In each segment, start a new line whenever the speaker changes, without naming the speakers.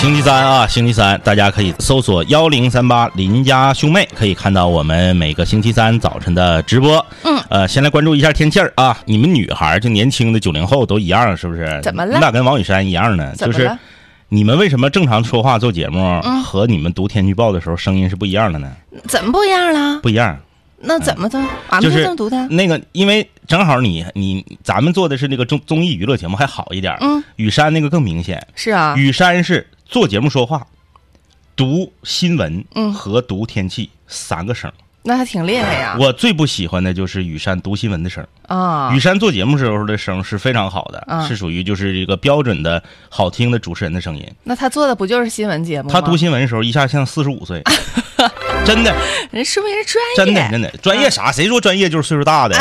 星期三啊，星期三大家可以搜索幺零三八邻家兄妹，可以看到我们每个星期三早晨的直播。
嗯，
呃，先来关注一下天气儿啊，你们女孩儿就年轻的九零后都一样，是不是？
怎么了
你俩跟王雨山一样呢？
怎
就
么
是
了？
你们为什么正常说话做节目，
嗯
和你们读天气预报的时候声音是不一样的呢？
怎么不一样了？
不一样。
那怎么的？
嗯
俺
就
们
是嗯
正读的。
那个，因为正好你你咱们做的是那个综综艺娱乐节目还好一点儿，
嗯，
雨山那个更明显。
是啊，
雨山是做节目说话、读新闻
嗯
和读天气三个声儿。
那还挺厉害呀。
我最不喜欢的就是雨山读新闻的声儿。
啊
雨，山做节目时候的声儿是非常好的，
啊
是属于就是一个标准的好听的主持人的声音。
那他做的不就是新闻节目吗？
他读新闻的时候一下像四十五 岁，真
哎
的
人说明人专
真
业，
的真的专业啥？谁说专业就是岁数 大的？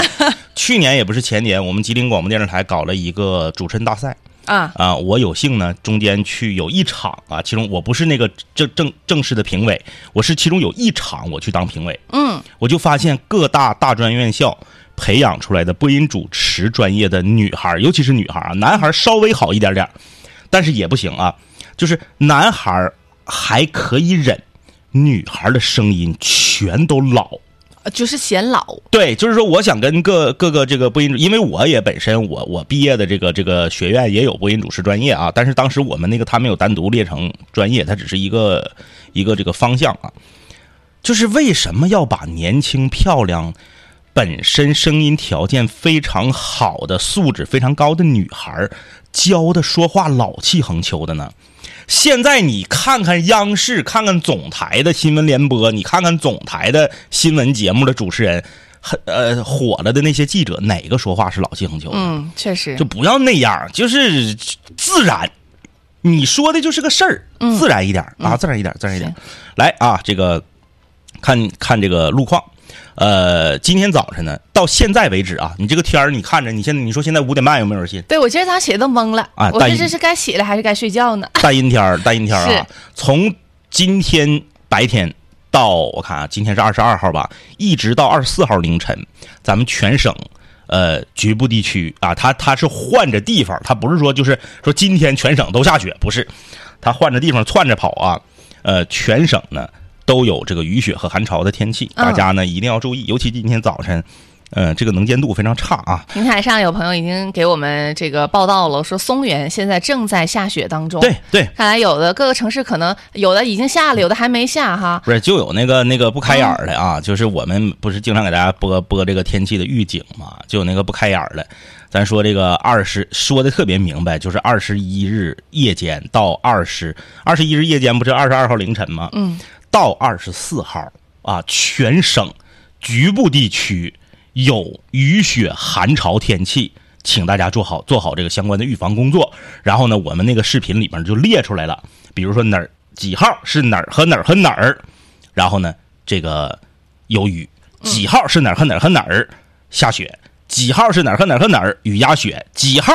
去年也不是前年，我们吉林广播电视台搞了一个主持人大赛。
啊
啊，我有幸呢，中间去有一场啊，其中我不是那个正正正式的评委，我是其中有一场我去当评委，
嗯，
我就发现各大大专院校培养出来的播音主持专业的女孩儿，尤其是女孩儿啊，男孩儿稍微好一点点儿，但是也不行啊，就是男孩儿还可以忍，女孩儿的声音全都老。
就是显老。
对，就是说，我想跟各各个这个播音主，因为我也本身我我毕业的这个这个学院也有播音主持专业啊，但是当时我们那个他没有单独列成专业，它只是一个一个这个方向啊。就是为什么要把年轻漂亮、本身声音条件非常好的、素质非常高的女孩儿教的说话老气横秋的呢？现在你看看央视，看看总台的新闻联播，你看看总台的新闻节目的主持人，很呃火了的那些记者，哪个说话是老气横秋的？
嗯，确实
就不要那样，就是自然。你说的就是个事儿，自然一点儿、啊，自然一点儿，自然一点儿。来啊，这个看看这个路况。呃，今天早晨呢，到现在为止啊，你这个天儿，你看着，你现在你说现在五点半有没有人信？
对我今儿早上起来都懵了，
啊
我
大
说
姨
这是该起来还是该睡觉呢？
大阴天儿，大阴天儿啊
是！
从今天白天到我看啊，今天是二十二号吧，一直到二十四号凌晨，咱们全省。呃，局部地区啊，它它是换着地方，它不是说就是说今天全省都下雪，不是，它换着地方窜着跑啊。呃，全省呢都有这个雨雪和寒潮的天气，
嗯
大家呢一定要注意，尤其今天早晨，呃，这个能见度非常差啊。
平台上有朋友已经给我们这个报道了，说松原现在正在下雪当中。
对，对，
看来有的各个城市可能有的已经下了，有的还没下哈。
不是，就有那个那个不开眼儿的啊，就是我们不是经常给大家播播这个天气的预警嘛，就有那个不开眼儿的，咱说这个二十说的特别明白，就是二十一日夜间到二十二十一日夜间，不是二十二号凌晨吗？
嗯，
到二十四号啊，全省局部地区有雨雪寒潮天气。请大家做好做好这个相关的预防工作。然后呢，我们那个视频里面就列出来了，比如说哪儿几号是哪儿和哪儿和哪儿，然后呢，这个有雨，几号是哪儿和哪儿和哪儿下雪，几号是哪儿和哪儿和哪儿雨压雪，几号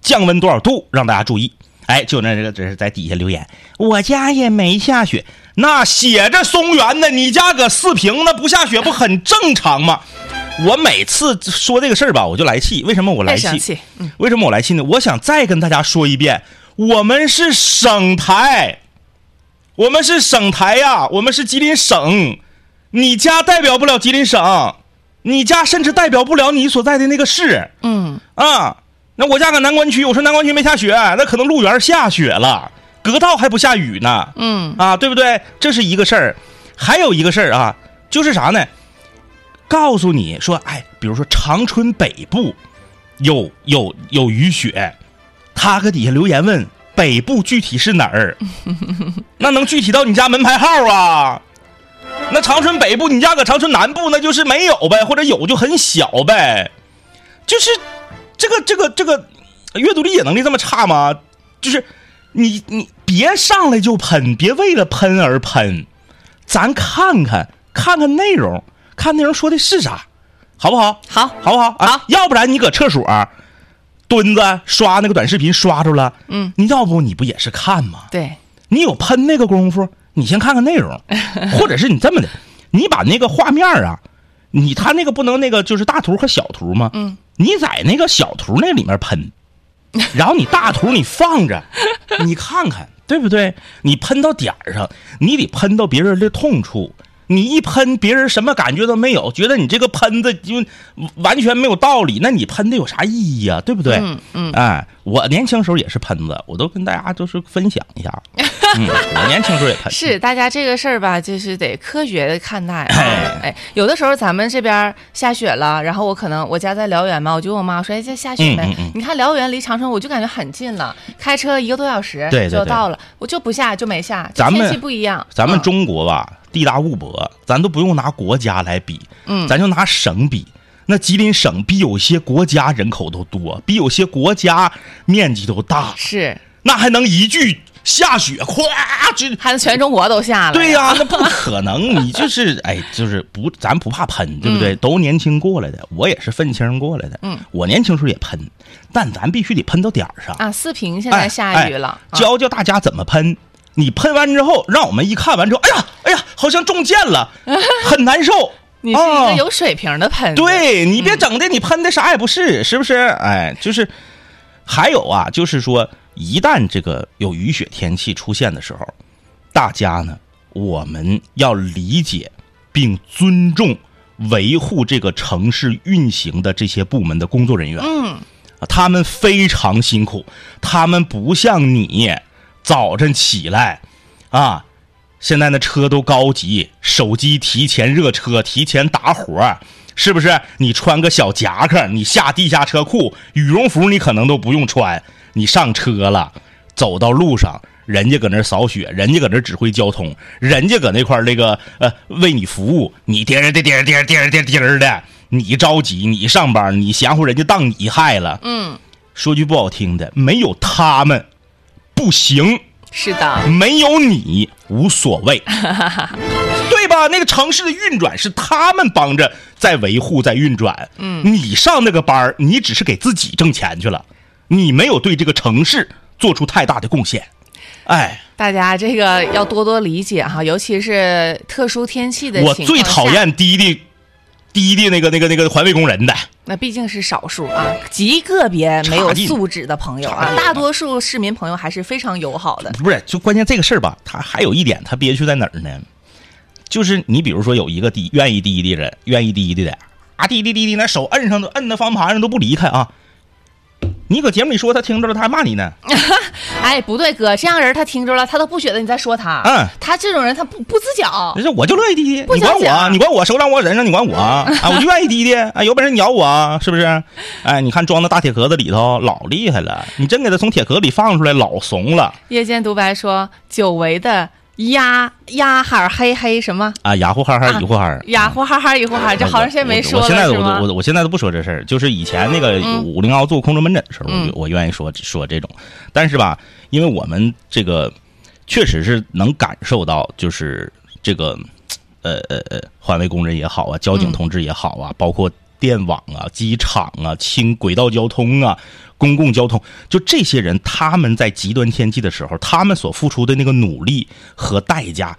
降温多少度，让大家注意。哎，就那这个，这是在底下留言，我家也没下雪，那写着松原呢，你家搁四平那不下雪不很正常吗？我每次说这个事儿吧，我就来气，为什么我来
太
气
生？气，嗯，
为什么我来气呢？我想再跟大家说一遍，我们是省台，我们是省台呀、我们是吉林省。你家代表不了吉林省，你家甚至代表不了你所在的那个市。
嗯，
啊，那我家搁南关区，我说南关区没下雪，那可能路园下雪了，隔道还不下雨呢。
嗯，
啊，对不对？这是一个事儿，还有一个事儿啊，就是啥呢？告诉你说，哎，比如说长春北部有有有雨雪，他搁底下留言问北部具体是哪儿， 那能具体到你家门牌号啊？那长春北部，你家搁长春南部，那就是没有呗，或者有就很小呗，就是这个这个这个阅读理解能力这么差吗？就是你你别上来就喷，别为了喷而喷，咱看看看看内容，看内容说的是啥，好不好？
好，
好不好？啊
好，
要不然你搁厕所、蹲着刷那个短视频刷着了，
嗯，
你要不你不也是看吗？
对，
你有喷那个功夫，你先看看内 容，或者是你这么的，你把那个画面啊，你他那个不能那个就是大图和小图吗？
嗯，
你在 那个小图那里面喷，然后你大图你放着，你看看对不对？你喷到点儿上，你得喷到别人的痛处。你一喷，别人什么感觉都没有，觉得你这个喷子就完全没有道理，那你喷的有啥意义呀、对不对？
嗯嗯，
哎，我年轻时候也是喷子，我都跟大家就是分享 一下。嗯，我年轻时候也喷。
是，大家这个事儿吧，就是得科学的看待 啊。
哎
哎，有的时候咱们这边儿下雪了，然后我可能我家在辽源嘛，我就问我妈我说：“哎，这下雪
嗯
没？
嗯嗯
你看辽源离长春，我就感觉很近了，开车一个多小时
对对
就
对
到了，我就不下就没下，这
咱们
天气不一样。
咱们
嗯
中国吧，地大物博，咱都不用拿国家来比，
嗯
咱就拿省比。那吉林省比有些国家人口都多，比有些国家面积都大，
是
那还能一句下雪，咵，这
还全中国都下了。
对呀、那不可能！你 就是哎，就是不，咱不怕喷，对不对？都年轻过来的，我也是愤青过来的。
嗯，
我年轻时候也喷，但咱必须得喷到点儿上。
啊，四平现在下雨了，啊
哎哎教教大家怎么喷。你喷完之后，让我们一看完之后，哎呀，哎呀，好像中箭 了，很难受。
你是一
啊
个有水平的嗯喷子。
对你别整的，你喷的啥也不是，是不是？哎，就是还有啊，就是说，一旦这个有雨雪天气出现的时候，大家呢，我们要理解并尊重维护这个城市运行的这些部门的工作人员。
嗯，
啊他们非常辛苦，他们不像你早晨起来啊，现在那车都高级，手机提前热车，提前打火儿，是不是？你穿个小夹克，你下地下车库，羽绒服你可能都不用穿，你上车了，走到路上。人家搁那儿扫雪，人家搁那儿指挥交通，人家搁那块儿那个呃为你服务，你颠儿颠儿颠儿颠儿颠儿颠儿颠儿的，你着急，你上班，你嫌乎人家当你害了。
嗯，
说句不好听的，没有他们不行，
是的。
没有你无所 谓，对吧？那个城市的运转是他们帮着在维护、在运转。嗯，你上那个班儿，你只是给自己挣钱去了，你没有对这个城市做出太大的贡献。哎，
大家这个要多多理解哈，尤其是特殊天气的情
我
况下，
最讨厌滴滴滴滴那个那个那个环卫工人的。
那毕竟是少数啊，极个别没有
差劲
素质的朋友
差
啊
劲，
大多数市民朋友还是非常友好的。
不是，就关键这个事儿吧，他还有一点，他憋屈在哪儿呢？就是你比如说有一个滴愿意滴的人，愿意滴的的啊，滴滴滴滴，那手摁上都摁在方向盘上都不离开啊。你搁节目里说他听着了，他还骂你呢。
哎，不对，哥，这样人他听着了，他都不觉得你在说他。
嗯，
他这种人他不不自觉。
人家我就乐意滴滴，
不
你管
想
我，
讲
你管我手掌往我人上，你管我啊，啊我就愿意滴滴啊，有本事你咬我啊，是不是？哎，你看装到大铁壳子里头老厉害了，你真给他从铁壳里放出来老怂了
夜间独白说，久违的鸭鸭哈嘿嘿什么
啊，雅虎哈哈
啊
一户哈哈。
呀呼哈哈一呼哈，这好长时间没说
嗯我我
了
现在
是
我
吗
都我？都我现在都不说这事儿，就是以前那个
嗯
五零幺做空中门诊的时候，我
嗯
就我愿意说说这种。但是吧，因为我们这个确实是能感受到，就是这个呃呃呃环卫工人也好啊，交警
嗯
同志也好啊，包括电网啊、机场啊、轻轨道交通啊、公共交通，就这些人他们在极端天气的时候，他们所付出的那个努力和代价，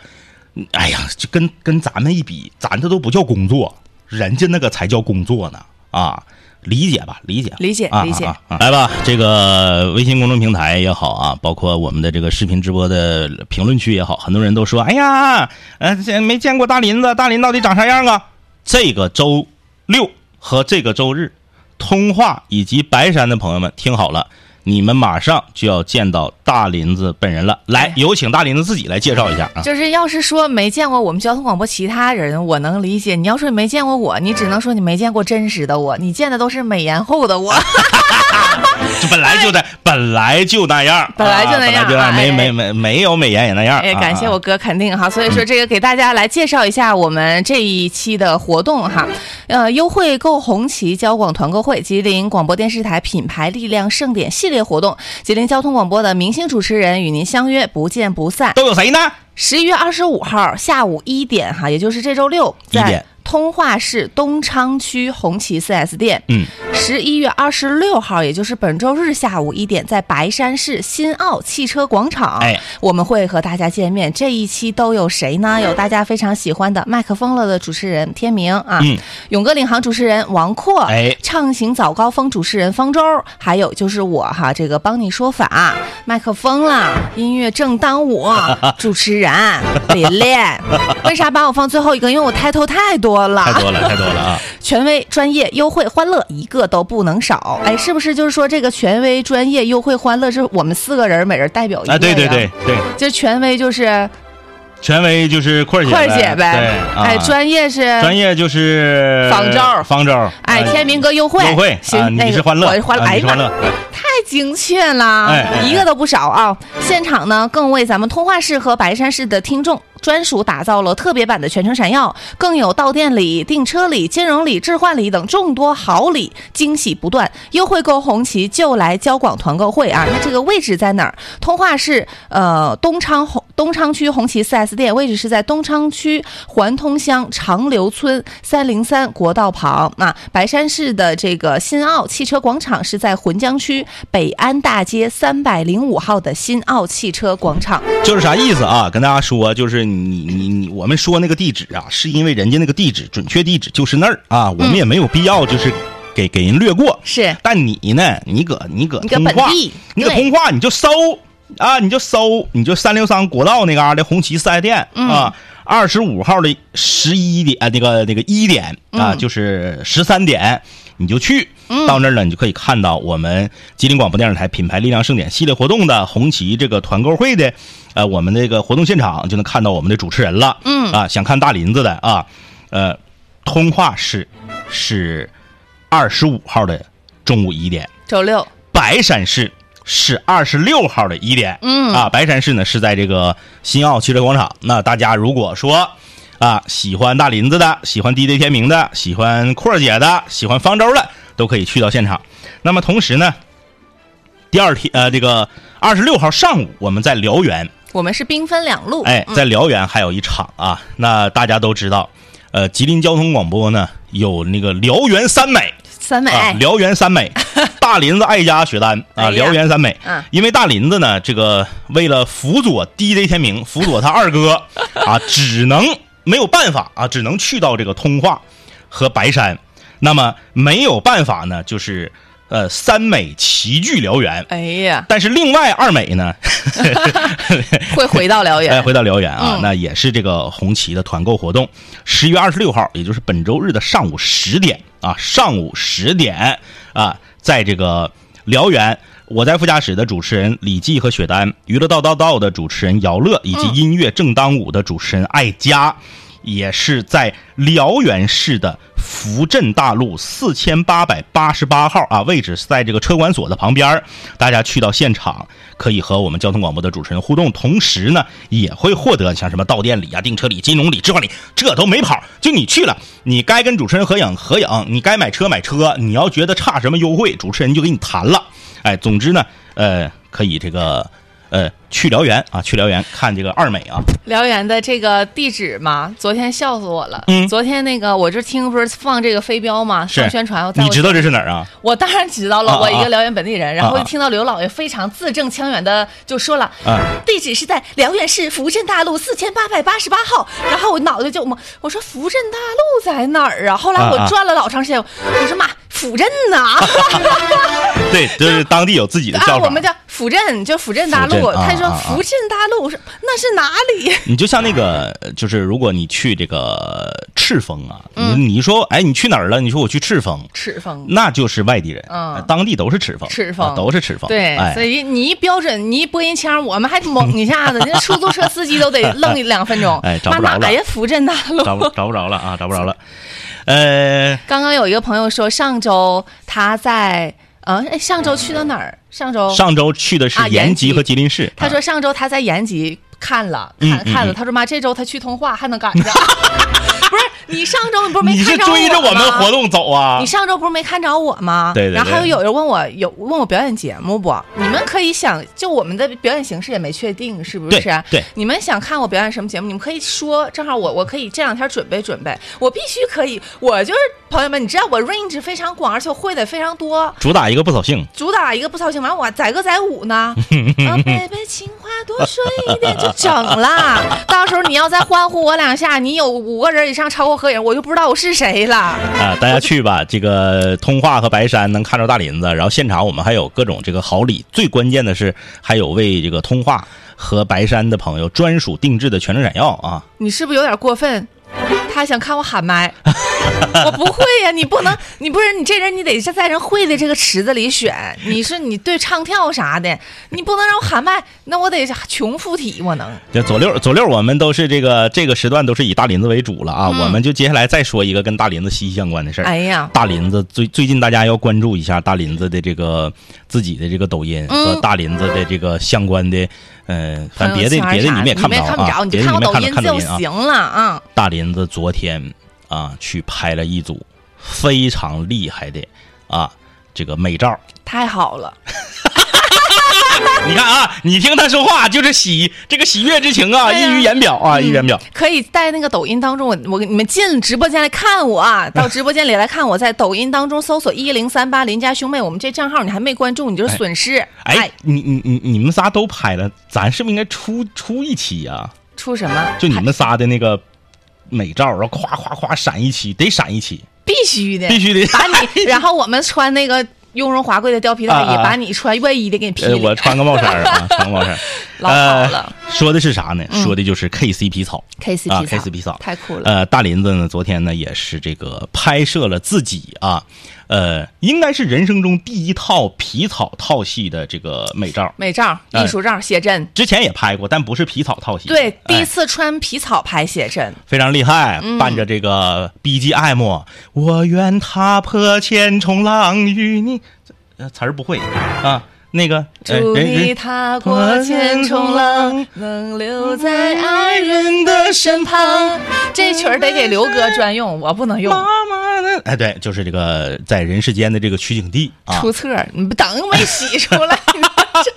嗯哎呀，就跟跟咱们一比，咱这都不叫工作，人家那个才叫工作呢啊！理解吧，理解，
理解
啊
理解
啊啊来吧，这个微信公众平台也好啊，包括我们的这个视频直播的评论区也好，很多人都说，哎呀，呃，这没见过大林子，大林到底长啥样啊？这个周六和这个周日，通化以及白山的朋友们听好了。你们马上就要见到大林子本人了，来
哎，
有请大林子自己来介绍 一下啊。
就是要是说没见过我们交通广播其他人，我能理解；你要说你没见过我，你只能说你没见过真实的我，你见的都是美颜后的我。
这本来就在，哎本来就那样，
本来就
啊
那样
本来就那
啊
没
哎
没没没有美颜也那样。
哎，
啊嗯
感谢我。哥肯定哈，所以说这个给大家来介绍一下我们这一期的活动哈，呃，优惠购红旗交广团购会，吉林广播电视台品牌力量盛典系列活动，吉林交通广播的明星主持人与您相约，不见不散。
都有谁呢？
十一月二十五号下午一点哈，也就是这周六，
一
在
点
通化市东昌区红旗 4S 店。
嗯，
十一月二十六号，也就是本周日下午一点，在白山市新奥汽车广场，
哎，
我们会和大家见面。这一期都有谁
嗯
呢？有大家非常喜欢的麦克风了的主持人天明啊，
嗯
勇哥领航主持人王阔，
哎
畅行早高峰主持人方舟，还有就是我哈，这个帮你说法，麦克风啦，音乐正当 我，主持人琳琳，为啥把我放最后一个？因为我抬头太多了，
太多了， 太多了啊！
权威、专业、优惠、欢乐，一个都不能少。哎，是不是就是说这个权威、专业、优惠、欢乐，是我们四个人每人代表一个
啊，
呀？
对对对，对，
就是权威就是
权威就是坤儿姐
块儿姐
呗
呗，，
对，
哎，
啊
专业是。
专业就是
方舟
方舟，
哎，
呃
天明哥优惠，
优惠
行，
啊，
那
你
个
是欢乐，
我是欢乐，
啊
哎
你
呀
是
妈
欢，乐，
太精确了，
哎哎哎
一个都不少啊！现场呢，更为咱们通化市和白山市的听众专属打造了特别版的全程闪耀，更有到店礼、订车礼、金融礼、置换礼等众多好礼，惊喜不断。优惠购红旗就来交广团购会啊！那这个位置在哪儿？通化市呃东昌红东昌区红旗 4S 店位置是在东昌区环通乡长留村三零三国道旁。那、白山市的这个新奥汽车广场是在浑江区北安大街三百零五号的新奥汽车广场。
就是啥意思啊？跟大家说，就是你你你，我们说那个地址啊，是因为人家那个地址准确地址就是那儿啊，我们也没有必要就是给给人略过。
是
但你呢，你搁你搁
你搁
通
本
话
地，
你搁
对
通话，你就搜啊，你就搜，你就三六三国道那嘎、的红旗四 S 店、啊。二十五号的十一点，啊那个那个一点啊，就是十三点，你就去、到那儿了，你就可以看到我们吉林广播电视台品牌力量盛典系列活动的红旗这个团购会的，呃，我们这个活动现场就能看到我们的主持人了。嗯啊，想看大林子的啊，呃，通化市是二十五号的中午一点，
周六，
白山市是二十六号的一点。
嗯
啊，白山市呢是在这个新奥汽车广场。那大家如果说啊喜欢大林子的，喜欢 DJ 天明的，喜欢阔儿姐的，喜欢方舟的，都可以去到现场。那么同时呢，第二天呃这个二十六号上午我们在辽源，
我们是兵分两路。
哎，
嗯
在辽源还有一场啊。那大家都知道，呃，吉林交通广播呢有那个辽源三美。
三美、
啊，辽源三 美，大林子爱家雪丹
哎
啊，
呀
辽源三美。
嗯
因为大林子呢，这个为了辅佐 DJ 天明，辅佐他二哥啊，只能没有办法啊，只能去到这个通化和白山。那么没有办法呢，就是呃，三美齐聚辽源。
哎呀，
但是另外二美呢，
会回到辽 源。
哎，回到辽源啊，
嗯
那也是这个红旗的团购活动，十月二十六号，也就是本周日的上午十点啊，上午十点啊，在这个辽源。我在副驾驶的主持人李记和雪丹，娱乐道道道的主持人姚乐，以及音乐正当午的主持人艾佳，也是在辽源市的福镇大路四千八百八十八号啊，位置是在这个车管所的旁边儿。大家去到现场，可以和我们交通广播的主持人互动，同时呢，也会获得像什么到店礼啊、订车礼、金融礼、置换礼，这都没跑。就你去了，你该跟主持人合影合影，你该买车买车，你要觉得差什么优惠，主持人就给你谈了。哎，总之呢，呃，可以这个。呃，去辽源啊，去辽源看这个二美啊，
辽源的这个地址嘛，昨天笑死我了。
嗯
昨天那个我这听不是放这个飞镖嘛，放
是
宣传，我哦在
你
我
知道这是哪儿啊？
我当然知道了，
啊啊
我一个辽源本地人，然后
啊啊
就听到刘老爷非常字正腔圆的就说了，
啊
地址是在辽源市福镇大路四千八百八十八号，然后我脑袋就懵，我说福镇大路在哪儿啊？后来
啊
我
啊
转了老长时间，我说妈，辅镇呐、
对，就是当地有自己的
啊，
叫法。
我们叫辅镇，就辅镇大
辅
路。
镇啊
他说
啊啊
福镇大路，我说那是哪里？
你就像那个，就是如果你去这个赤峰啊，
嗯
你你说哎，你去哪儿了？你说我去赤峰，
赤峰。
那就是外地人，
嗯
呃当地都是赤峰，
赤峰
啊都是赤峰，
对，
哎
所，以你一标准，你一播音腔，我们还猛一下 子，那出租车司机都得愣一两分钟。
哎找
妈
不着
妈，
了
哎呀，福镇大路，
找 不找不着了啊，找不着了， 呃，
刚刚有一个朋友说，上周他在，嗯、哎，上周去的哪儿？上周，
上周去的是
啊
延
延
吉
吉
和吉林市，
他
啊
说上周他在延吉看了，
嗯
看看
嗯
了。
嗯
他说妈，这周他去通化还能赶上。不是，你上周你不是没
啊你
看
是
着
追着我们
吗
活动走啊
你？上周不是没看着我吗？
对对对
然后还有有人问我有问我表演节目不？你们可以想，就我们的表演形式也没确定是不
对
是？啊
对
你们想看我表演什么节目？你们可以说，正好我我可以这两天准备准备，我必须可以。我就是 朋友们，你知道我 range 非常广，而且我会的非常多。
主打一个不扫兴，
主打一个不操心，完我载歌载舞呢， 啊，贝贝情话多说一点就整了。到时候你要再欢呼我两下，你有五个人以上超过合影，我就不知道我是谁了。
啊，大家去吧。这个通化和白山能看着大林子，然后现场我们还有各种这个好礼，最关键的是还有为这个通化和白山的朋友专属定制的全程闪耀啊！
你是不是有点过分？他想看我 喊麦，我不会呀、你不能，你不是你这人，你得是在人会的这个池子里选。你是你对唱跳啥的，你不能让我喊麦，那我得穷附体，我能。
这左六左六，我们都是这个这个时段都是以大林子为主了啊！我们就接下来再说一个跟大林子息息相关的事儿。
哎呀，
大林子最最近大家要关注一下大林子的这个自己的这个抖音和大林子的这个相关的，嗯，反正别的
朋友
别
圈
的
啥
你们也看不着啊，
你
别的
看
你
我
们
抖
看
音
看抖
就
音啊。
行了啊。
大林子昨天啊去拍了一组非常厉害的啊这个美照，
太好了，
你看啊，你听他说话就是喜这个喜悦之情啊，溢
对嗯呀
于言表啊，溢于言表。
可以在那个抖音当中，我我给你们进直播间来看 我啊，到直播间里来看我，在抖音当中搜索一零三八林家兄妹，我们这账号你还没关注，你就是损失。
哎，，你你你你们仨都拍了，咱是不是应该出出一期呀、
出什么？
就你们仨的那个美照，然后夸夸夸闪一期，得闪一期，
必须的，
必须得
把你，然后我们穿那个雍容华贵的貂皮大衣，
啊啊啊
把你穿外衣的给你披
呃，
了，
我穿个帽衫儿 啊，穿个帽衫儿。
老好了。嗯
呃。说的是啥呢？说的就是 KCP 草。啊
KCP 草
，KCP 草
太酷了，
呃，大林子呢，昨天呢也是这个拍摄了自己啊，呃，应该是人生中第一套皮草套系的这个美照，
美照、
哎
艺术照、写真。
之前也拍过，但不是皮草套系。
对，第
哎
一次嗯穿皮草牌写真，
非常厉害，伴着这个 BGM，、我愿踏破千重浪与你，呃，词儿不会啊，那个呃
祝
人
你
人
踏过千重浪，能留在爱人的身旁。这曲儿得给刘哥专用，我不能用。
妈妈的，哎，对，就是这个在人世间的这个取景地啊，
出册儿，你不等没洗出来，你 这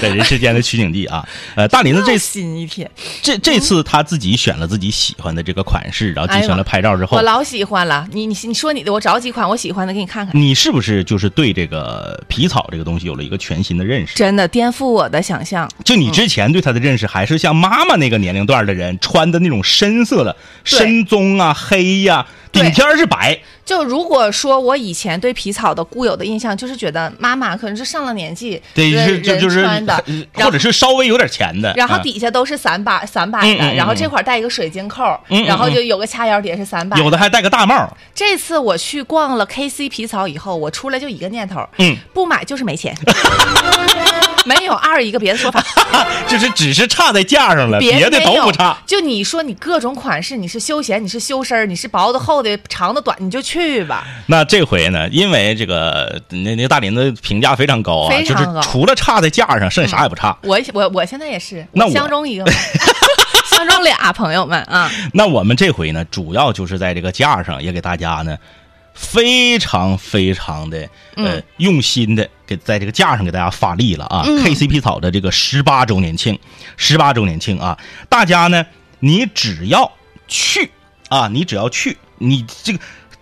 在人世间的取景地啊，呃，大林子这
闹心一天。
这
嗯
这次他自己选了自己喜欢的这个款式，然后进行了拍照之后
哎我，老喜欢了。你你你说你的，我找几款我喜欢的给你看看。
你是不是就是对这个皮草这个东西有了一个全新的认识？
真的颠覆我的想象。
就你之前对它的认识，还是像妈妈那个年龄段的人穿的那种深色的
对
深棕啊、黑呀、
对
顶天儿是白，
就如果说我以前对皮草的固有的印象，就是觉得妈妈可能是上了年纪，
对，
人
是就
人
就是呃
穿的，然
或
后
者是稍微有点钱的，
然后
啊
底下都是散摆散摆
嗯嗯
的，
嗯
然后这块儿带一个水晶扣，
嗯嗯嗯
然后就有个掐腰碟是散摆。
有的还戴个大帽，
这次我去逛了 KC 皮草以后，我出来就一个念头，
嗯，
不买就是没钱， 没有二一个别的说法，
就是只是差在架上了， 别
别
的
没
都
有
不差。。
就你说你各种款式，你是休闲，你是修身儿，你是薄的厚的、长的短，你就去吧。
那这回呢？因为这个那那大林的评价非常高啊，
非
就
常
是
高
除了差在架上，剩下啥也不差。
我我我现在也是，
那
我
我
相中一个嘛， 相中俩朋友们啊，
那我们这回呢，主要就是在这个架上也给大家呢，非常非常的呃、用心的给在这个架上给大家发力了啊、k c p 草的这个十八周年庆，十八周年庆啊，大家呢，你只要去啊，你只要去，你这个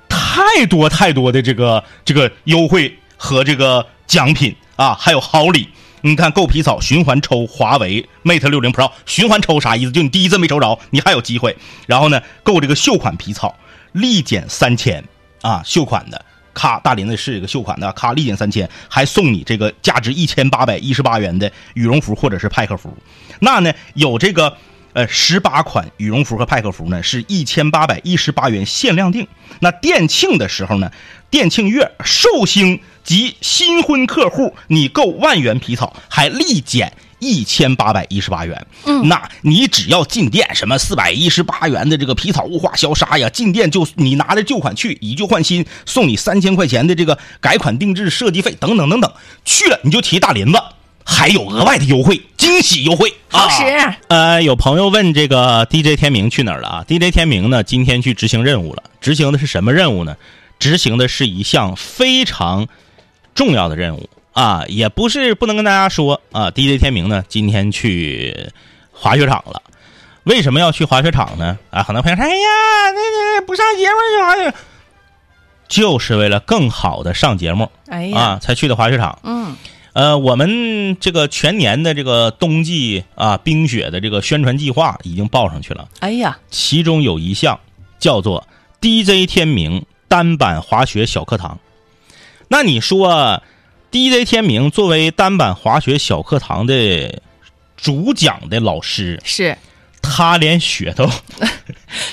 太多太多的这个这个优惠和这个奖品啊，还有好礼。你看，购皮草循环抽华为 Mate 六零 Pro 循环抽啥意思？就你第一次没抽着，你还有机会。然后呢，购这个秀款皮草，立减三千啊，秀款的。咔，大林子是一个秀款的，咔立减三千，还送你这个价值一千八百一十八元的羽绒服或者是派克服。那呢，有这个呃，十八款羽绒服和派克服呢，是一千八百一十八元限量定。那店庆的时候呢，店庆月寿星及新婚客户，你购万元皮草还立减。一千八百一十八元，嗯，那你只要进店，什么四百一十八元的这个皮草雾化消杀呀，进店就你拿着旧款去，以旧换新，送你三千块钱的这个改款定制设计费等等等等，去了你就提大林子，还还有额外的优惠，惊喜优惠，
好使
啊呃，有朋友问这个 DJ 天明去哪儿了啊？DJ 天明呢，今天去执行任务了。执行的是什么任务呢？执行的是一项非常重要的任务啊，也不是不能跟大家说啊。DJ 天明呢，今天去滑雪场了。为什么要去滑雪场呢？啊，很多朋友说，哎呀，那个不上节目去滑雪，就是为了更好的上节目
哎呀，
啊，才去的滑雪场。
嗯，
呃，我们这个全年的这个冬季啊冰雪的这个宣传计划已经报上去了，
哎呀，
其中有一项叫做 DJ 天明单板滑雪小课堂。那你说，DJ 天明作为单板滑雪小课堂的主讲的老师，
是
他连雪都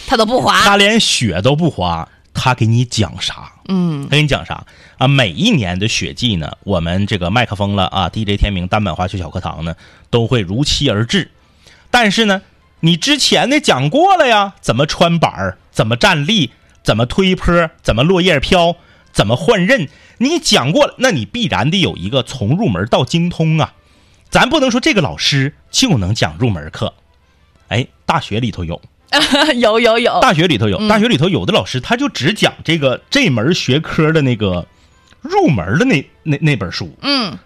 他都不滑，
他连雪都不滑，他给你讲啥？
嗯，
他给你讲啥啊？每一年的雪季呢，我们这个麦克风了啊，DJ 天明单板滑雪小课堂呢，都会如期而至。但是呢，你之前的讲过了呀，怎么穿板儿，怎么站立，怎么推坡，怎么落叶飘，怎么换刃，你讲过了，那你必然得有一个从入门到精通啊。咱不能说这个老师就能讲入门课，哎，大学里头有，
有有有，
大学里头有，
嗯
大学里头有的老师他就只讲这个这门学科的那个入门的那那那本书，
嗯，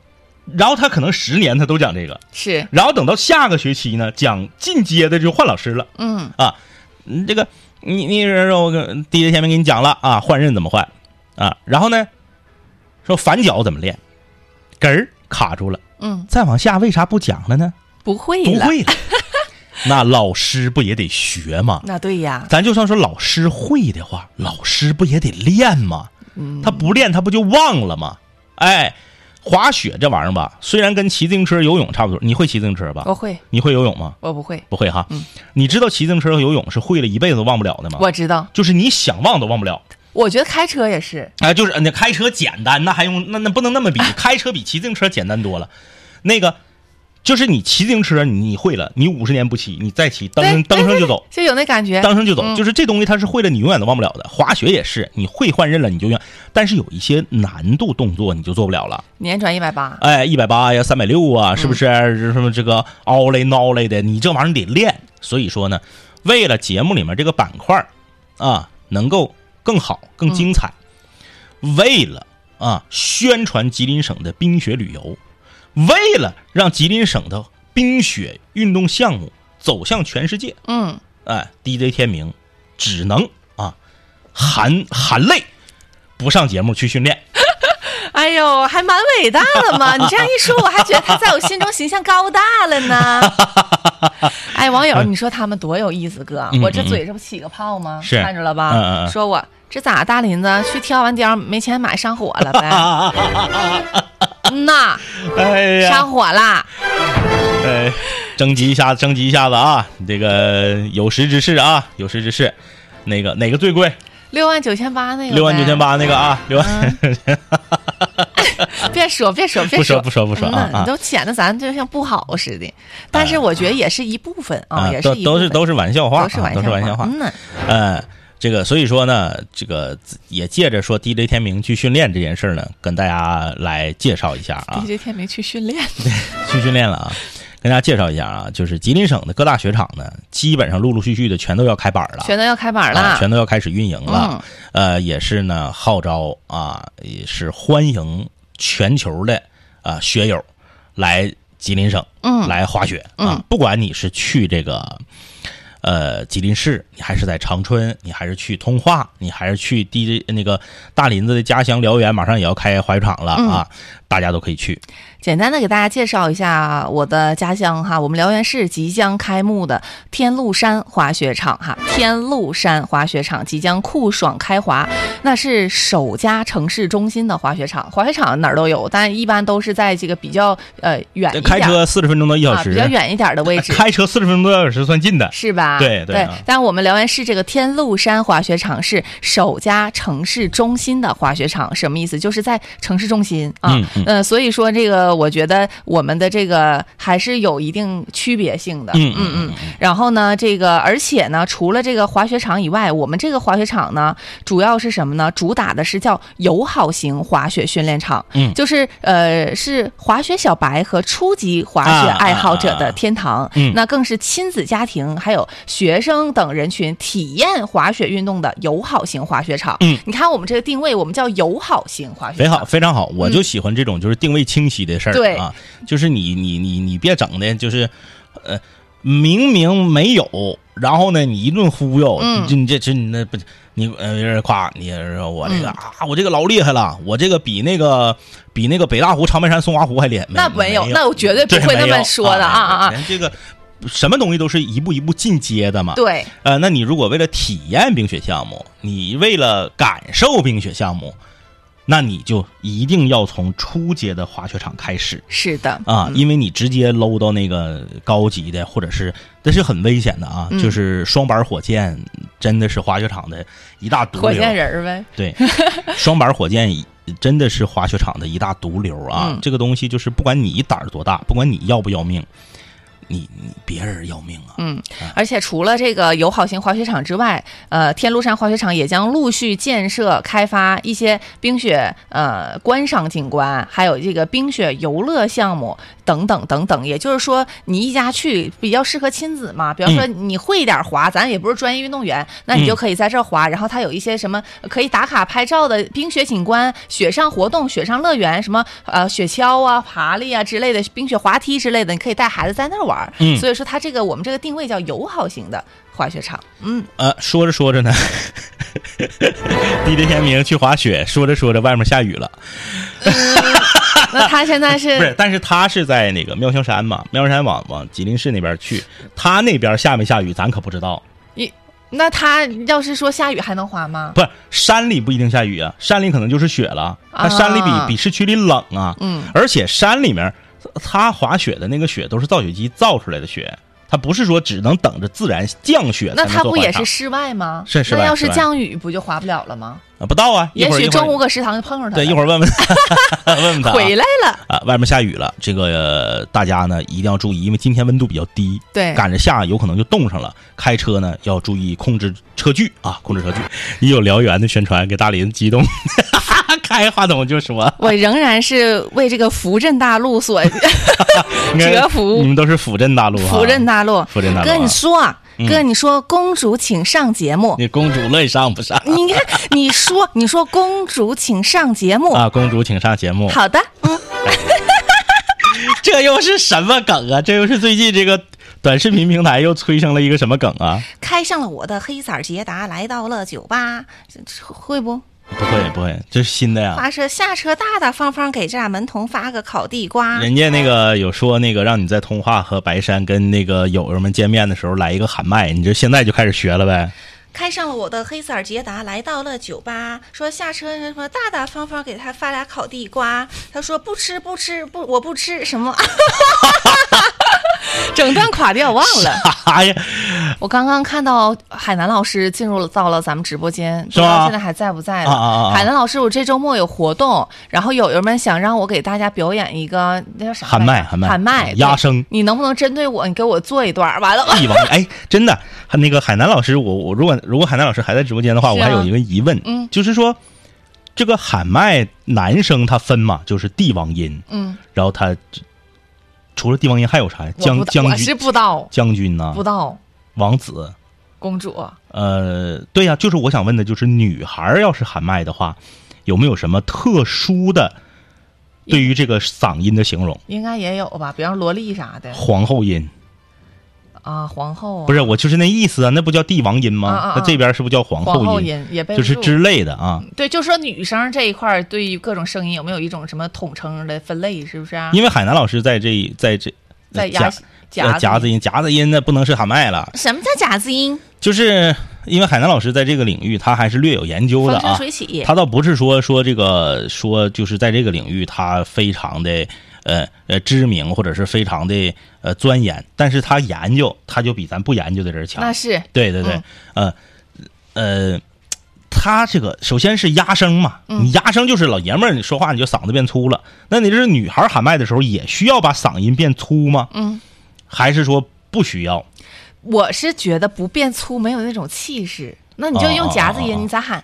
然后他可能十年他都讲这个，
是，
然后等到下个学期呢，讲进阶的就换老师了
嗯，
啊。嗯这个你你我跟 DJ 前面给你讲了啊，换刃怎么换啊？然后呢，说反脚怎么练，哏儿卡住了，
嗯，
再往下为啥不讲了呢？
不会
不
了，
会了， 那老师不也得学吗？
那对呀，
咱就算说老师会的话，老师不也得练吗？
嗯
他不练，他不就忘了吗？哎，滑雪这玩意儿吧，虽然跟骑自行车、游泳差不多，你会骑自行车吧？
我会，
你会游泳吗？
我不会，
不会哈。
哦嗯
你知道骑自行车和游泳是会了一辈子都忘不了的吗？
我知道，
就是你想忘都忘不了。
我觉得开车也是，
哎，就是呃那开车简单，那还用那那不能那么比， 开车比骑自行车简单多了。那个就是你骑自行车你会了，你五十年不骑，你再骑，
对
蹬蹬上就走。
就有那感觉，
当生就走，
嗯
就是这东西它是会了，你永远都忘不了的。滑雪也是，你会换刃了，你就永远。但是有一些难度动作你就做不了了，
年转一百八，
哎，一百八呀，三百六啊，是不是？什么这个凹嘞、孬嘞的，你这玩意儿得练。所以说呢，为了节目里面这个板块儿啊，能够更好、更精彩，为了啊宣传吉林省的冰雪旅游，为了让吉林省的冰雪运动项目走向全世界，
嗯，
哎，DJ 天明只能啊含含泪不上节目去训练。
哎呦，还蛮伟大 的嘛！你这样一说，我还觉得他在我心中形象高大了 呢。哎，网友，你说他们多有意思，哥，
嗯
我这嘴这不起个泡吗？
是
看着了
嗯
吧
嗯？嗯
说我这咋大林子去挑完貂没钱买上火 了呗？呐，
哎呀，
上火啦！
哎，征集一下，征集一下子啊！这个有识之士啊，有识之士，那个哪个最贵？
六万九千八那个，嗯
六万九千。八那个啊，六万。
别说，别说，别
不说不说不说啊
嗯呐
啊
你都显得咱就像不好似的。但是我觉得也是一部分啊，也
都
是一部
都是
分
都是玩笑话，
都是
啊
玩
都是玩笑
笑
话
话。。嗯呐，
呃，这个所以说呢，这个也借着说 DJ 天明去训练这件事儿呢，跟大家来介绍一下啊。
DJ 天没去训 练。
去训练了啊。跟大家介绍一下啊，就是吉林省的各大雪场呢，基本上陆陆续续的全都要开板了，
全都要开板了，嗯
啊、全都要开始运营了。呃，也是呢，号召啊，也是欢迎全球的啊雪友来吉林省，
嗯
来滑雪啊，不管你是去这个。呃，吉林市，你还是在长春，你还是去通化，你还是去地那个大林子的家乡辽源，马上也要开滑雪场了
嗯
啊，大家都可以去。
简单的给大家介绍一下我的家乡哈，我们辽源市即将开幕的天禄山滑雪场哈，天禄山滑雪场即将酷爽开滑，那是首家城市中心的滑雪场，滑雪场哪儿都有，但一般都是在这个比较呃远一点
开车四十分钟到一小
啊
时，
比较远一点的 位置，
开车四十分钟多小时算近的。
是吧？
对对啊
但我们辽源市这个天禄山滑雪场是首家城市中心的滑雪场，什么意思？就是在城市中心啊，
嗯
呃，所以说这个我觉得我们的这个还是有一定区别性的，
嗯
嗯嗯。然后呢，这个而且呢，除了这个滑雪场以外，我们这个滑雪场呢，主要是什么呢？主打的是叫友好型滑雪训练场，
嗯
就是呃是滑雪小白和初级滑雪
啊
爱好者
啊啊
的天堂，
嗯
那更是亲子家庭还有学生等人群体验滑雪运动的友好型滑雪场。
嗯，
你看我们这个定位，我们叫友好型滑雪
非
场。
好，非常好，我就喜欢这种就是定位清晰的事儿、
对
啊，就是你你你你别整的，就是呃，明明没有，然后呢你一顿忽悠，
嗯
你这这你那不你呃夸你说我这个、
嗯
啊我这个老厉害了，我这个比那个比那个北大湖、长白山、松花湖还厉害，
那
没
没有那我绝对不会那么说的啊啊啊
人这个什么东西都是一步一步进阶的嘛，
对，
呃，那你如果为了体验冰雪项目，你为了感受冰雪项目，那你就一定要从初阶的滑雪场开始
是的，
啊，因为你直接搂到那个高级的，或者是那是很危险的啊，
嗯
就是双板火箭真的是滑雪场的一大毒瘤。
火箭人儿呗。
对， 双板火箭真的是滑雪场的一大毒瘤啊！
嗯
这个东西就是不管你胆儿多大，不管你要不要命，你你别人要命啊！
嗯，而且除了这个友好型滑雪场之外，呃，天路山滑雪场也将陆续建设开发一些冰雪呃观赏景观，还有这个冰雪游乐项目等等等等。也就是说，你一家去比较适合亲子嘛，比方说你会一点滑，咱也不是专业运动员，那你就可以在这儿滑。然后它有一些什么呃可以打卡拍照的冰雪景观、雪上活动、雪上乐园，什么呃雪橇啊、爬犁啊之类的，冰雪滑梯之类的，你可以带孩子在那儿玩儿。
嗯
所以说它这个我们这个定位叫友好型的滑雪 场。嗯，
呃，说着说着呢，滴着天明去滑雪，说着说着外面下雨了，
那它现在
不是
是，
但是他是在那个妙香山嘛，妙香山往往吉林市那边去，他那边下没下雨咱可不知道，
那它要是说下雨还能滑吗？
不是山里不一定下雨啊，山里可能就是雪了，它山里比、
啊
比市区里冷啊，
嗯，
而且山里面他滑雪的那个雪都是造雪机造出来的雪，它不是说只能等着自然降雪才
那
能
它
做
不
滑
也
场
是室外吗？
是室外
那要是
室外
降雨不就滑不了了吗？
啊不到啊，一
也
会儿
许
一会
中午
儿
搁食堂就碰上它了。
对一会儿问问 问问他、啊。
回来了。
啊，外面下雨了，这个、呃大家呢一定要注意，因为今天温度比较低，
对，
赶着下有可能就冻上了。开车呢要注意控制车距啊，控制车距。也有燎原的宣传，给大林激动， 开话筒就说，
我仍然是为这个扶正大 陆所
应该
折服
你们都是辅镇大陆啊，
扶正大陆。
辅镇大陆、
哥，
啊
你。说啊，哥，你说公主请上节目。
你公主乐意上不上
你看，你说，你说公主请上节目。
啊？公主请上节目，
好的，
这又是什么梗啊？这又是最近这个短视频平台又催生了一个什么梗啊？
开上了我的黑色捷达，来到了酒吧，这这会不？
不会不会，这是新的呀。
发车下车，大大方方给这俩门童发个烤地瓜。
人家那个有说那个让你在通化和白山跟那个友友们见面的时候来一个喊麦，你就现在就开始学了呗？
开上了我的黑色捷达，来到了酒吧，说下车什么大大方方给他发俩烤地瓜。他说不吃不吃不，我不吃什么。 整段垮掉忘了。
啥哎呀？
我刚刚看到海南老师进入了到了咱们直播间，不
是
知
吗
道现在还在不在了。
啊啊啊啊
海南老师，我这周末有活动，然后友友们想让我给大家表演一个那叫啥来着？
喊麦喊麦
喊麦
压声。
你能不能针对我，你给我做一段儿？完了，
帝王哎，真的，那个海南老师，我我如果如果海南老师还在直播间的话，
是
我
啊
还有一个疑问，
嗯
就是说这个喊麦男生他分嘛，就是帝王音，
嗯，
然后他除了帝王音还有啥呀？
我不
将
知道
将
我是
军啊
不知道，
将军呐、
不知道
王子，
公主。
呃，对呀、就是我想问的，就是女孩儿要是喊麦的话，有没有什么特殊的对于这个嗓音的形容？
应该也有吧，比方萝莉啥的
皇后音
啊，皇后啊
不是我，就是那意思啊，那不叫帝王音
啊啊
吗
啊？
那这边是不是叫皇
皇后
后音？
音也被
就是
录
之类的啊，
对，就说女生这一块儿对于各种声音有没有一种什么统称的分类，是不是啊？
因为海南老师在这在这
在
夹
牙
呃夹子
音，
音夹子音那不能是喊麦了，
什么叫夹子音？
就是因为海南老师在这个领域他还是略有研究的
风
啊
生，水起，
他倒不是说说这个说就是在这个领域他非常的呃呃知名或者是非常的呃钻研，但是他研究他就比咱不研究的人强
那。是
对对对，呃呃，它这个首先是压声嘛，
嗯
你压声就是老爷们儿，你说话你就嗓子变粗了。那你这是女孩喊麦的时候，也需要把嗓音变粗吗？
嗯，
还是说不需要？
我是觉得不变粗没有那种气势，那你就用夹子音，
哦
你咋喊？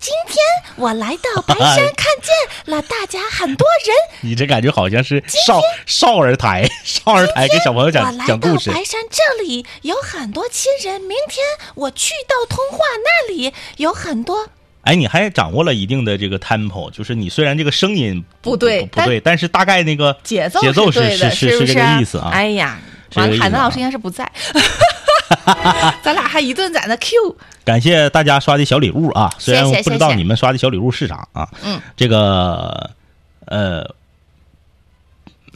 今天我来到白山，看见了大家很多人。
你这感觉好像是少少儿台，少儿台给小朋友
我
讲
来
讲
到
故事。
白山这里有很多亲人，明天我去到通化那里有很多。
哎，你还掌握了一定的这个 tempo，就是你虽然这个声音
不对
不对，但是大概那个
节奏
节奏
是
是
对的，
是
不
这
是、
个意思啊。
哎呀，
是这个
完
意
了，
思
海南老
啊
师应该是不在， 咱俩还一顿在那 Q。
感谢大家刷的小礼物啊，虽然
谢谢
我不知
谢
道
谢
你们刷的小礼物是啥啊。
嗯，
这个呃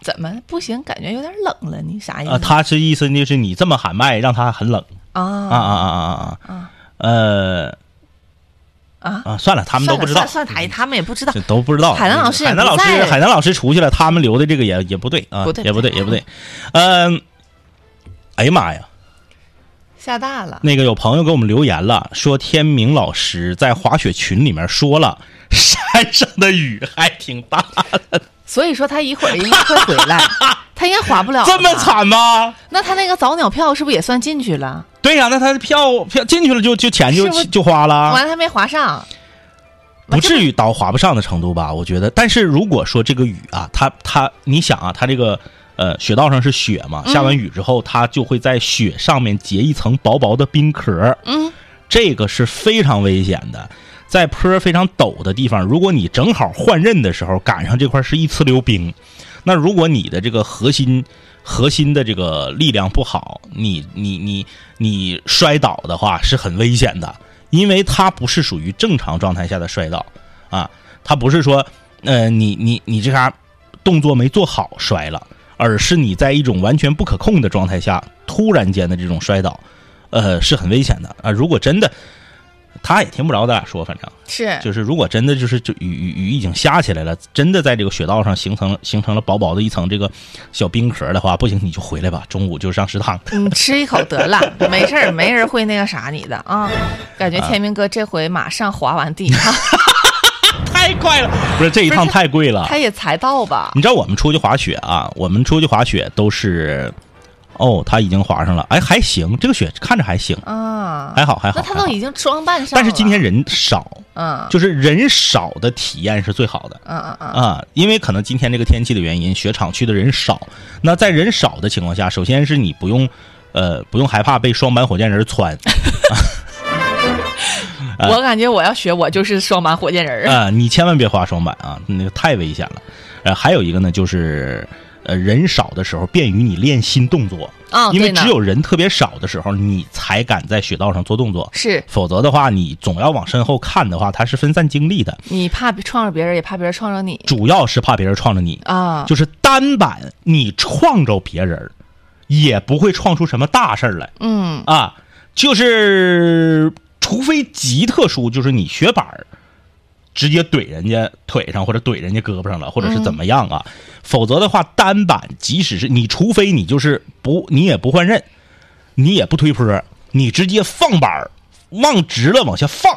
怎么不行？感觉有点冷了，你啥意
呃，
思
他是意思就是你这么喊麦，让他很冷啊啊
啊？
啊啊啊啊，呃
啊
啊，算了，他们都不知道。
算了算了，哎，他们也不知道
这。都不知道。
海南老师也
海南老
不
师，
在
海南老师出去了，他们留的这个也也不对啊，
不对
也不
不
对，
对
也不对。嗯，哎呀妈呀，
下大了，
那个有朋友给我们留言了，说天明老师在滑雪群里面说了，山上的雨还挺大，
所以说他一会儿应该会回来，他应该划不了 了
这么
吧？
惨吗？
那他那个早鸟票是不是也算进去了？
对呀、那他的票票进去了就就钱就是
不是
就花了，
完了还没划上，
啊不至于到滑不上的程度吧？我觉得。但是如果说这个雨啊，它它，你想啊，它这个呃雪道上是雪嘛，下完雨之后，它就会在雪上面结一层薄薄的冰壳，
嗯，
这个是非常危险的。在坡非常陡的地方，如果你正好换刃的时候赶上这块是一呲溜冰，那如果你的这个核心核心的这个力量不好，你你你你摔倒的话是很危险的，因为它不是属于正常状态下的摔倒啊，它不是说呃你你你这啥动作没做好摔了，而是你在一种完全不可控的状态下突然间的这种摔倒，呃是很危险的啊。如果真的，他也听不着咱俩说，反正。
是
就是如果真的就是就雨雨雨已经下起来了，真的在这个雪道上形成形成了薄薄的一层这个小冰壳的话，不行你就回来吧，中午就上食堂。
你嗯吃一口 得了，没事儿，没人会那个啥你的啊。感觉天明哥这回马上划完地，
啊 太快了，不是这一趟太贵了。
他也才到吧？
你知道我们出去滑雪啊，我们出去滑雪都是，哦，他已经滑上了，哎，还行，这个雪看着还行，
啊，
还好还好。
那他都
还好
已经装扮上了，
但是今天人少，
嗯，
就是人少的体验是最好的。
嗯嗯嗯，
啊，因为可能今天这个天气的原因，雪场去的人少。那在人少的情况下，首先是你不用，呃，不用害怕被双板火箭人 穿
我感觉我要学，我就是双板火箭人儿。
啊、你千万别滑双板啊，那个太危险了。呃，还有一个呢，就是呃，人少的时候便于你练新动作，
啊，
因为
对呢
只有人特别少的时候，你才敢在雪道上做动作。
是
否则的话，你总要往身后看的话，它是分散精力的，
你怕撞着别人，也怕别人撞着你
主要是怕别人撞着你。
啊。
就是单板你撞着别人儿，也不会撞出什么大事儿来
嗯，
啊。就是除非极特殊，就是你雪板儿直接怼人家腿上或者怼人家胳膊上了，或者是怎么样啊，
嗯
否则的话单板即使是你，除非你就是不你也不换刃，你也不推坡，你直接放板儿往直了往下放，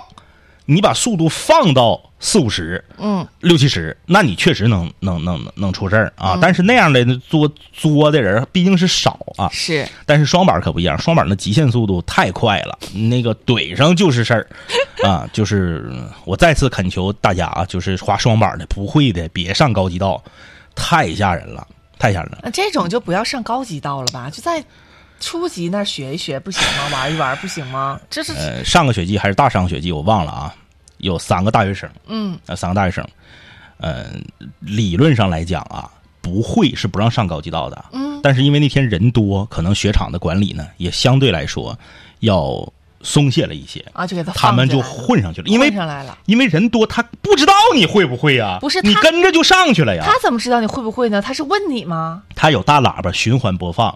你把速度放到四五十，
嗯，
六七十，那你确实能能能能能出事儿啊。但是那样的作作的人毕竟是少啊。
是
但是双板可不一样，双板的极限速度太快了，那个怼上就是事儿啊。就是我再次恳求大家啊，就是滑双板的不会的别上高级道，太吓人了，太吓人了。
那这种就不要上高级道了吧，就在初级那儿学一学不行吗？玩一玩不行吗？ 这是
呃，上个雪季还是大上个雪季，我忘了啊，有三个大学生，
嗯，
呃，三个大学生，呃，理论上来讲啊，不会是不让上高级道的，嗯，但是因为那天人多，可能雪场的管理呢也相对来说要松懈了一些，
啊，就给他
他
放
们
进
就
来了
混上去了，因为
混上来了。
因为人多，他不知道你会不会呀、
不是
你
他
跟着就上去了呀，
他怎么知道你会不会呢？他是问你吗？
他有大喇叭循环播放，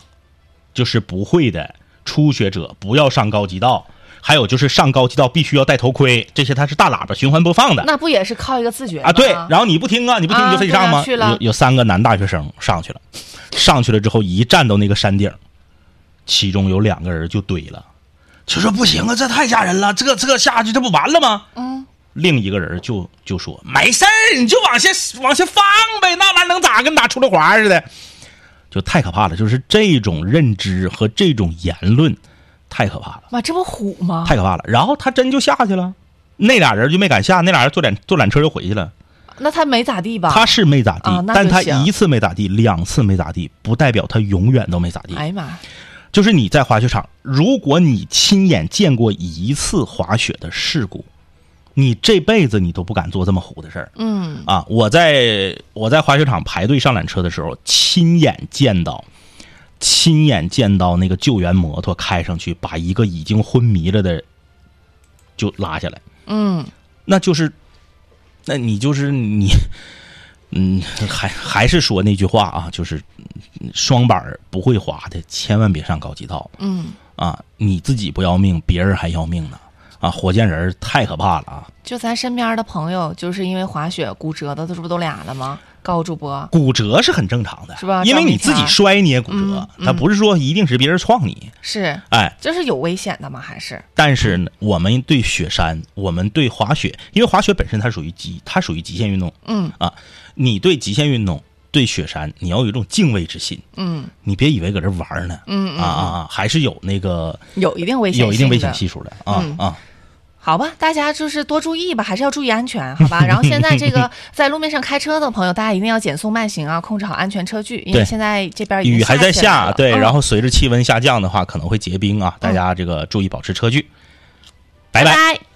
就是不会的初学者不要上高级道，还有就是上高级道必须要戴头盔，这些它是大喇叭循环播放的
那不也是靠一个自觉
啊。对，
吗
然后你不听啊，你不听
啊
你就非得上吗？
对呀去了
有有三个男大学生上去了，上去了之后一站到那个山顶，其中有两个人就怼了，就说不行啊，这太吓人了，这这下去这不完了吗？
嗯，
另一个人就就说没事儿，你就往下往下放呗，那玩意儿能咋？跟打出溜滑似的，就太可怕了。就是这种认知和这种言论，太可怕了，
哇，这不虎吗？
太可怕了。然后他真就下去了，那俩人就没敢下，那俩人坐缆坐缆车就回去了。
那他没咋地吧？
他是没咋地，
啊那就
但他
行
一次没咋地，两次没咋地，不代表他永远都没咋地。
哎呀妈呀，
就是你在滑雪场，如果你亲眼见过一次滑雪的事故，你这辈子你都不敢做这么虎的事儿
嗯，
啊！我在我在滑雪场排队上缆车的时候，亲眼见到，亲眼见到那个救援摩托开上去，把一个已经昏迷了的就拉下来。
嗯，
那就是，那你就是你，嗯，还还是说那句话啊，就是嗯双板儿不会滑的，千万别上高级道。
嗯，
啊，你自己不要命，别人还要命呢。啊，火箭人儿太可怕了啊！
就咱身边的朋友，就是因为滑雪骨折的，这不都俩了吗？高主播，
骨折是很正常的，
是吧
因为
赵米
你自己
茶
摔你也骨折，
嗯
它
嗯
不是说一定是别人撞你。
是，
哎，
这是有危险的吗？还是
但是呢我们对雪山，我们对滑雪，因为滑雪本身它属于极，它属于极限运动。
嗯
啊，你对极限运动，对雪山，你要有一种敬畏之心。
嗯
你别以为搁这玩儿呢，
嗯
啊啊啊，还是有那个
有一定危险，
有一定危险。系数的啊
嗯
啊！
好吧，大家就是多注意吧，还是要注意安全，好吧？然后现在这个 在路面上开车的朋友，大家一定要减速慢行啊，控制好安全车距，因为
对
现在这边已经
雨还在
起来
下，
了
对，
嗯
然后随着气温下降的话，可能会结冰啊，大家这个注意保持车距。拜
拜
拜。
拜。